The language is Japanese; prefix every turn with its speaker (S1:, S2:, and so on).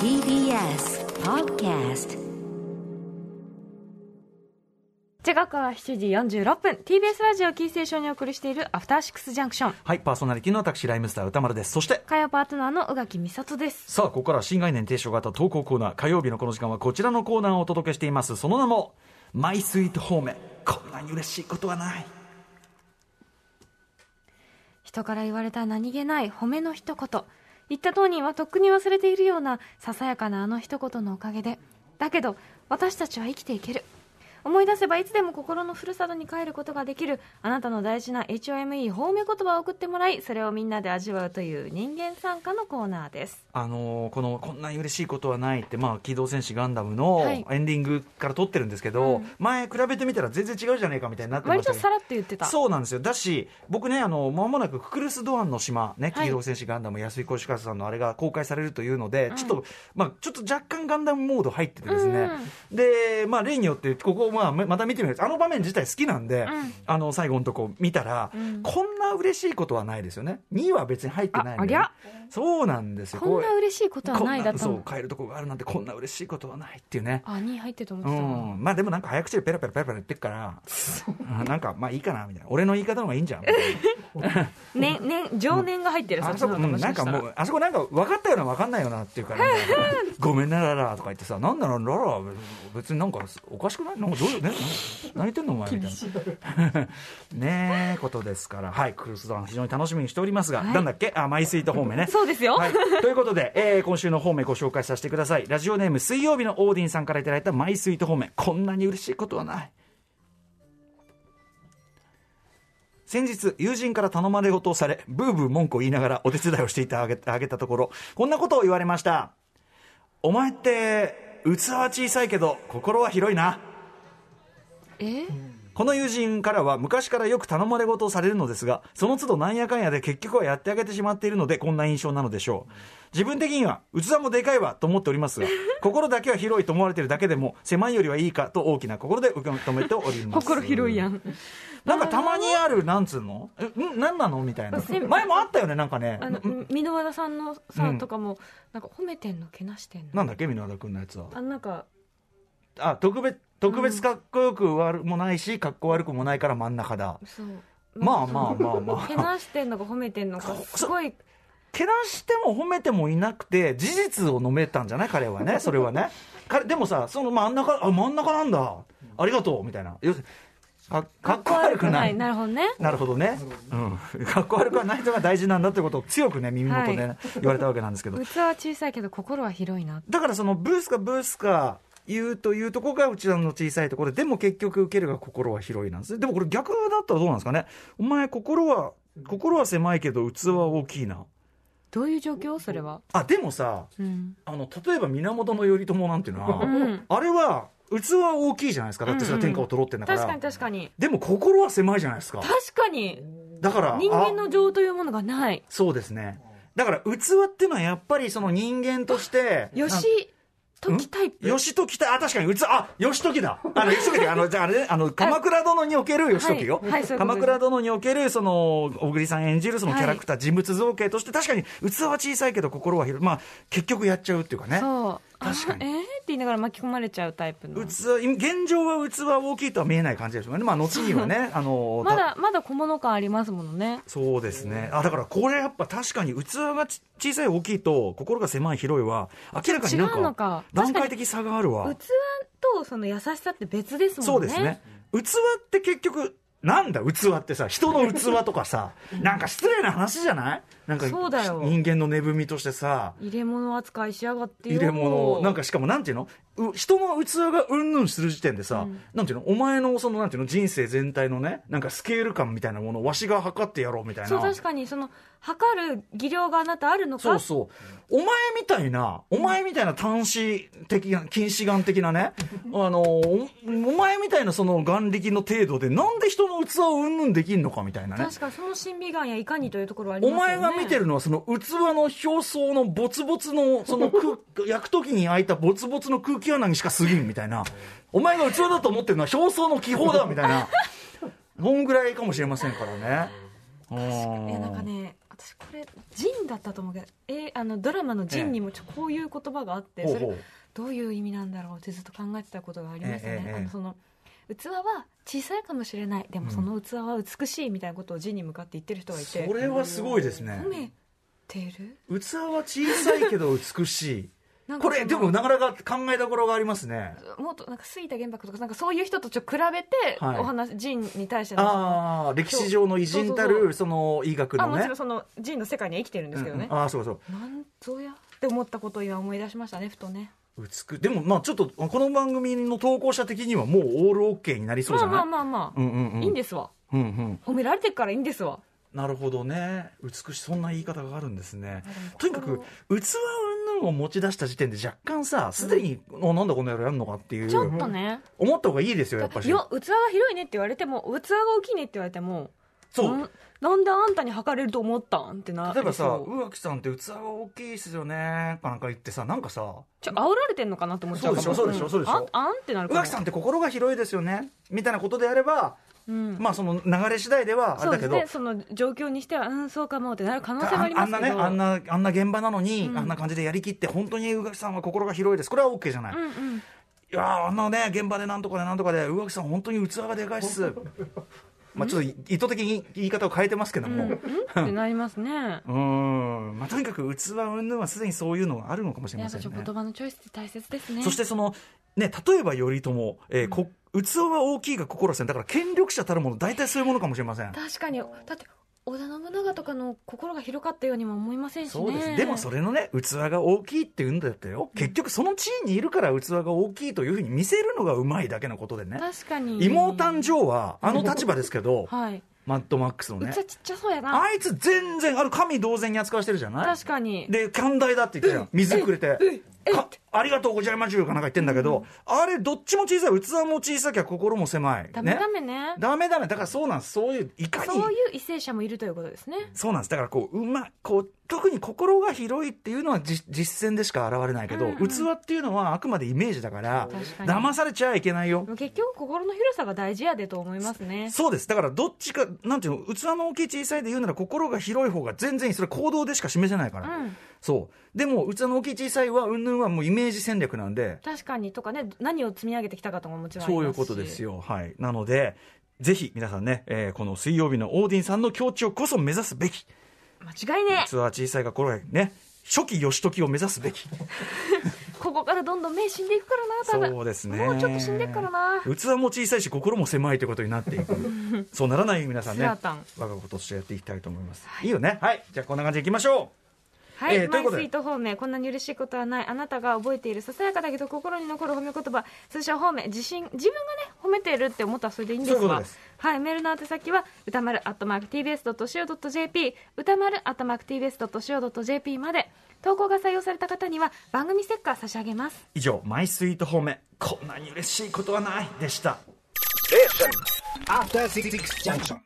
S1: TBS Podcast
S2: 時刻は7時46分 TBS ラジオキーステーションにお送りしている「アフターシックスジャンクション
S3: はい、パーソナリティの私、ライムスター歌丸です。そして」、
S2: 火曜パートナーの宇垣美里です
S3: さあ、ここからは新概念提唱型投稿コーナー、火曜日のこの時間はこちらのコーナーをお届けしています。その名も、マイスイートホーム。こんなに嬉しいことはない。
S2: 人から言われた何気ない褒めの一言言った当人はとっくに忘れているようなささやかなあの一言のおかげでだけど私たちは生きていける思い出せばいつでも心のふるさとに帰ることができるあなたの大事な HOME 褒め言葉を送ってもらいそれをみんなで味わうという人間参加のコーナーです
S3: あのーこの、こんなに嬉しいことはないって、まあ、機動戦士ガンダムの
S2: はい
S3: エンディングから撮ってるんですけ
S2: う
S3: ど、
S2: ん
S3: 前比べてみたら全然違うじゃねえかみたいになってま
S2: 割
S3: した
S2: と
S3: けど
S2: さらっと言ってた
S3: そうなんですよ。だし、僕ね、あの、まもなく、ククルス・ドアンの島、ね、
S2: はい
S3: 機動戦士ガンダム、安井小志和さんのあれが公開されるというので、ちょっと、まあ、ちょっと若干ガンダムモード入っててですね、で、まあ、例によって、ここ、まあ、ままた見てみるんですあの場面自体好きなんで、
S2: ん
S3: あの、最後のとこ見たら、
S2: ん
S3: こんな嬉しいことはないですよね。2位は別に入ってないので、
S2: ああ
S3: そうなんですよ。
S2: こんな
S3: こ
S2: 嬉しいこと
S3: う
S2: はないだった
S3: そ
S2: の
S3: う、変えるとこがあるなんて、こんな嬉しいことはないっていうね。
S2: あ、2位入ってると思っ
S3: う
S2: てた。
S3: ん、まあでもなんか早口でペラペラペラペラ言ってっから、あなんかまあいいかなみたいな。俺の言い方の方がいいんじゃん。みたいな
S2: ね、ね、常年が入ってる、
S3: あ
S2: っち
S3: そ
S2: の方
S3: こ、う
S2: がも
S3: ん
S2: し
S3: なん
S2: し
S3: か
S2: たら
S3: もう、あそこなんか分かったような分かんないようなっていう か、なんかごめんなララとか言ってさ、なんだろう、ララ、別になんかおかしくないなんかどういう、ね、何言ってんのお前みたいな。 ねえ、ことですから、はい、クルーズドアン非常に楽しみにしておりますが、
S2: はい
S3: なんだっけあ、マイスイート方面ね。
S2: そうですよ。
S3: はい、ということで、えー今週の方面ご紹介させてくださいラジオネーム水曜日のオーディンさんからいただいたマイスイート方面こんなに嬉しいことはない先日友人から頼まれ事をされブーブー文句を言いながらお手伝いをしていたあげあげたところこんなことを言われましたお前って器は小さいけど心は広いな
S2: え
S3: この友人からは昔からよく頼まれ事をされるのですが、その都度なんやかんやで結局はやってあげてしまっているので、こんな印象なのでしょう。自分的には、器もでかいわと思っておりま すが、心だけは広いと思われているだけでも、狭いよりはいいかと大きな心で受け止めております。
S2: 心広いや。ん。
S3: なんかたまにある、なんつうのえ、ん、なんなのみたいな
S2: せ。ん
S3: 前もあったよね、なんかね。
S2: あの、箕輪田さんのさ、
S3: うん
S2: とかも、なんか褒めてんの、けなしてんの。
S3: なんだっけ、箕輪田君のやつは。
S2: あ、なんか、
S3: あ、特別、特別かっこよく悪もないし、かっこ悪くもないから真ん中だ。
S2: そう。
S3: まあまあまあまあ。
S2: けなしてんのか褒めてんのか、すごい、
S3: けなしても褒めてもいなくて事実を述べたんじゃない彼は ねそれはね彼でもさその真ん中あ真ん中なんだありがとうみたいな要するにかかっこ悪くない
S2: なるほどね。
S3: なるほどね、うん、かっこ悪くはない人が大事なんだってことを強くね耳元でね、言われたわけなんですけど
S2: 器は小さいけど、心は広いな。
S3: だからそのブースかブースか言うというところがうちらの小さいところででも結局受けるが心は広いなんですねでもこれ逆だったらどうなんですかねお前心は心は狭いけど器は大きいな
S2: どういう状況それは。
S3: あでもさ
S2: うん。
S3: あの例えば源頼朝なんていうのは、
S2: うん
S3: あれは器は大きいじゃないですかだってそれは天下を取ろうってんだから、
S2: 確かに確かに。
S3: でも心は狭いじゃないですか
S2: 確かに、
S3: だから
S2: 人間
S3: あ
S2: の情というものがない。
S3: そうですねだから器っていうのはやっぱりその人間として
S2: よし、時タイプ。
S3: 義時たあ確かに器あ義時だあの義時あのじゃああれねあの鎌倉殿における義時よ、
S2: はいはいそういうことです
S3: 鎌倉殿におけるその小栗さん演じるそのキャラクター、人物造形として確かに器は小さいけど心は広いまあ結局やっちゃうっていうかね
S2: そう。
S3: 確かに
S2: あえー、って言いながら巻き込まれちゃうタイプの。
S3: 器今現状は器は大きいとは見えない感じでしょうかね、まあ、後にはね、あの
S2: ま
S3: た
S2: だ、まだ小物感ありますものね。
S3: そうですねあだからこれやっぱ確かに器がち小さい、大きいと心が狭い、広いは明らかになん
S2: 違うの
S3: か
S2: か。
S3: 段階
S2: 確
S3: 的差がある
S2: か
S3: わ
S2: に、器とその優しさって別ですも
S3: そうん
S2: ね。
S3: ですね、器って結局、なんだ、器ってさ、人の器とかさ、なんか失礼な話じゃないなんか
S2: そうだよ
S3: 人間の値踏みとしてさ。
S2: 入れ物扱いしやがってよ
S3: 入れ物なんかしかもなんていうのう人の器がうんぬんする時点でさ、なんていうのお前のそのなんていうの人生全体のねなんかスケール感みたいなものをわしが測ってやろうみたいな
S2: そう、確かに、その、測る技量があなたあるのか
S3: そうそうお前みたいなお前みたいな端子的な近視眼的 なねあのおお前みたいなその眼力の程度でなんで人の器をうんぬんできんのかみたいなね
S2: 確かにその審美眼やいかにというところはあり
S3: お
S2: ますよね。
S3: 前が見てるのはその器の表層のボツボツのその空焼く時に開いたボツボツの空気穴にしか過ぎんみたいなお前が器だと思ってるのは表層の気 泡だみたいなそんぐらいかもしれませんからね。
S2: いや、なんか
S3: う
S2: ね、私これ「ジン」だったと思うけど、えあのドラマの「ジン」にもちょこういう言葉があって
S3: ほう
S2: そ
S3: ほ
S2: れ
S3: う
S2: どういう意味なんだろうってずっと考えてたことがありましたね
S3: え。えええ
S2: あのその器は小さいかもしれないでもその器は美しいみたいなことを「ジン」に向かって言ってる人がいて
S3: それはすごいですね
S2: 褒めてる
S3: 器は小さいけど美しい
S2: なんか
S3: こ
S2: そ
S3: れ
S2: の
S3: でもなかなか考えどころがありますね
S2: もっとなんか杉田玄白とかなんかそういう人とちょっと比べて
S3: はい
S2: お話、ジンに対しての
S3: ああ歴史上の偉人た
S2: そうそうそ
S3: るその医学
S2: あ
S3: の
S2: もち
S3: ね
S2: ろんそのジンの世界には生きてるんですけどね、
S3: うんうんあーそうそう
S2: なんぞやって思ったことを今思い出しましたねふとね
S3: 美でもまあちょっとこの番組の投稿者的にはもうオールオッケーになりそうじゃない、
S2: まあまあまあまあ、
S3: うんうんうん
S2: いいんですわ
S3: うんうん、
S2: 褒められてるからいいんですわ
S3: なるほどね美しいそんな言い方があるんですね
S2: でも
S3: とにかく器を持ち出した時点で若干さすでに、あなんだこの野郎やるのかっていう
S2: ちょっとね、
S3: 思った方がいいですよやっぱ
S2: い
S3: し
S2: や器が広いねって言われても器が大きいねって言われても
S3: そう
S2: ななんであんたに測れると思ったんってな
S3: 例えばさ
S2: そう
S3: 宇垣さんって器が大きいですよねかなんか言ってさなんかさ
S2: ちょ煽られてんのかなって思っちゃうかも
S3: そうでしょそうでしょそうでしょ
S2: あんあんってなる
S3: 宇
S2: かも
S3: 垣さんって心が広いですよねみたいなことであれば、
S2: うん
S3: まあその流れ次第ではあ
S2: そ
S3: れ
S2: う
S3: だ
S2: で
S3: け
S2: す
S3: ど
S2: ねその状況にしてはうんそうかもってなる可能性もあ
S3: あ
S2: り
S3: あ
S2: ま
S3: ん
S2: す
S3: な
S2: け
S3: ね
S2: ど
S3: あんなあんな現場なのに、
S2: うん
S3: あんな感じでやりきって本当に宇垣さんは心が広いですこれは OK じゃない、
S2: う
S3: い
S2: んうん
S3: やーあんなね現場でなんとかでなんとかで宇垣さん本当に器がでかいっすまあちょっと意図的に言い方を変えてますけど
S2: うん、
S3: も、
S2: うんってなりますね
S3: うーんまあ、とにかく器云々はすでにそういうのがあるのかもしれ
S2: や
S3: ま
S2: っ
S3: せ
S2: ぱ
S3: ん
S2: ちょっ
S3: ね
S2: と。言葉のチョイスって大切ですね
S3: そしてその、ね、例えば頼朝、えーこ器は大きいが心はせんだから権力者たるもの大体そういうものかもしれません。
S2: 確かにだって織田信長とかの心が広かったようにも思いませんしね
S3: そうですでもそれのね器が大きいって言うんだったよ結局その地位にいるから器が大きいというふうに見せるのがうまいだけのことでね
S2: 確かに
S3: 妹誕生はあの立場ですけど
S2: はい
S3: マッドマックスの
S2: う
S3: ね
S2: ちはちっちゃそうやな
S3: あいつ全然あの神同然に扱わしてるじゃない
S2: 確かに
S3: で寛大だって言ってたよ水くれて
S2: え
S3: かありがとうございまちゅうかなんか言ってんだけど、あれどっちも小さい器も小さきゃ心も狭い
S2: ダメダメね
S3: ダメダメだからそうなんですそういういかに
S2: そういう為政者もいるということですね
S3: そうなんですだからこううまこう特に心が広いっていうのはじ実践でしか現れないけど、
S2: うんうん
S3: 器っていうのはあくまでイメージだから
S2: 確かに
S3: 騙されちゃいけないよ
S2: でも結局心の広さが大事やでと思いますね
S3: そうですだからどっちかなんていうの器の大きい小さいで言うなら心が広い方が全然それ行動でしか示せないから、
S2: うん
S3: そうでも器の大きい小さいはうんぬんはもうイメージ戦略なんで
S2: 確かにとかね何を積み上げてきたかとかももちろんあり
S3: そうい
S2: ま
S3: う
S2: すし
S3: ことですよ。はい。なので、ぜひ皆さんね、えーこの水曜日のオーディンさんの境地をこそ目指すべき。
S2: 間違いねえ
S3: ツアー小さいが頃へね、初期義時を目指すべき。
S2: ここからどんどん目死んでいくからな多分
S3: そうですね。
S2: もうちょっと死んでっからな
S3: 器も小さいし、心も狭いということになっていく。 そうならないように皆さんね、
S2: ツア
S3: 我
S2: ータン
S3: がことしてやっていきたいと思います。いいよね。はい。じゃあこんな感じでいきましょ
S2: はい、
S3: えーと
S2: マ
S3: いう
S2: イ
S3: ことで
S2: スイート方面こんなに嬉しいことはないあなたが覚えているささやかだけど心に残る褒め言葉通称方面自信自分がね褒めてるって思ったらそれでいいんです
S3: そういうこと
S2: が
S3: です
S2: はいメールの宛先は歌丸 atmarktbs.co.jp 歌丸 atmarktbs.co.jp まで投稿が採用された方には番組ステッカー差し上げます
S3: う。以上、マイスイート方面、こんなに嬉しいことはないでした。
S4: After Six Junction.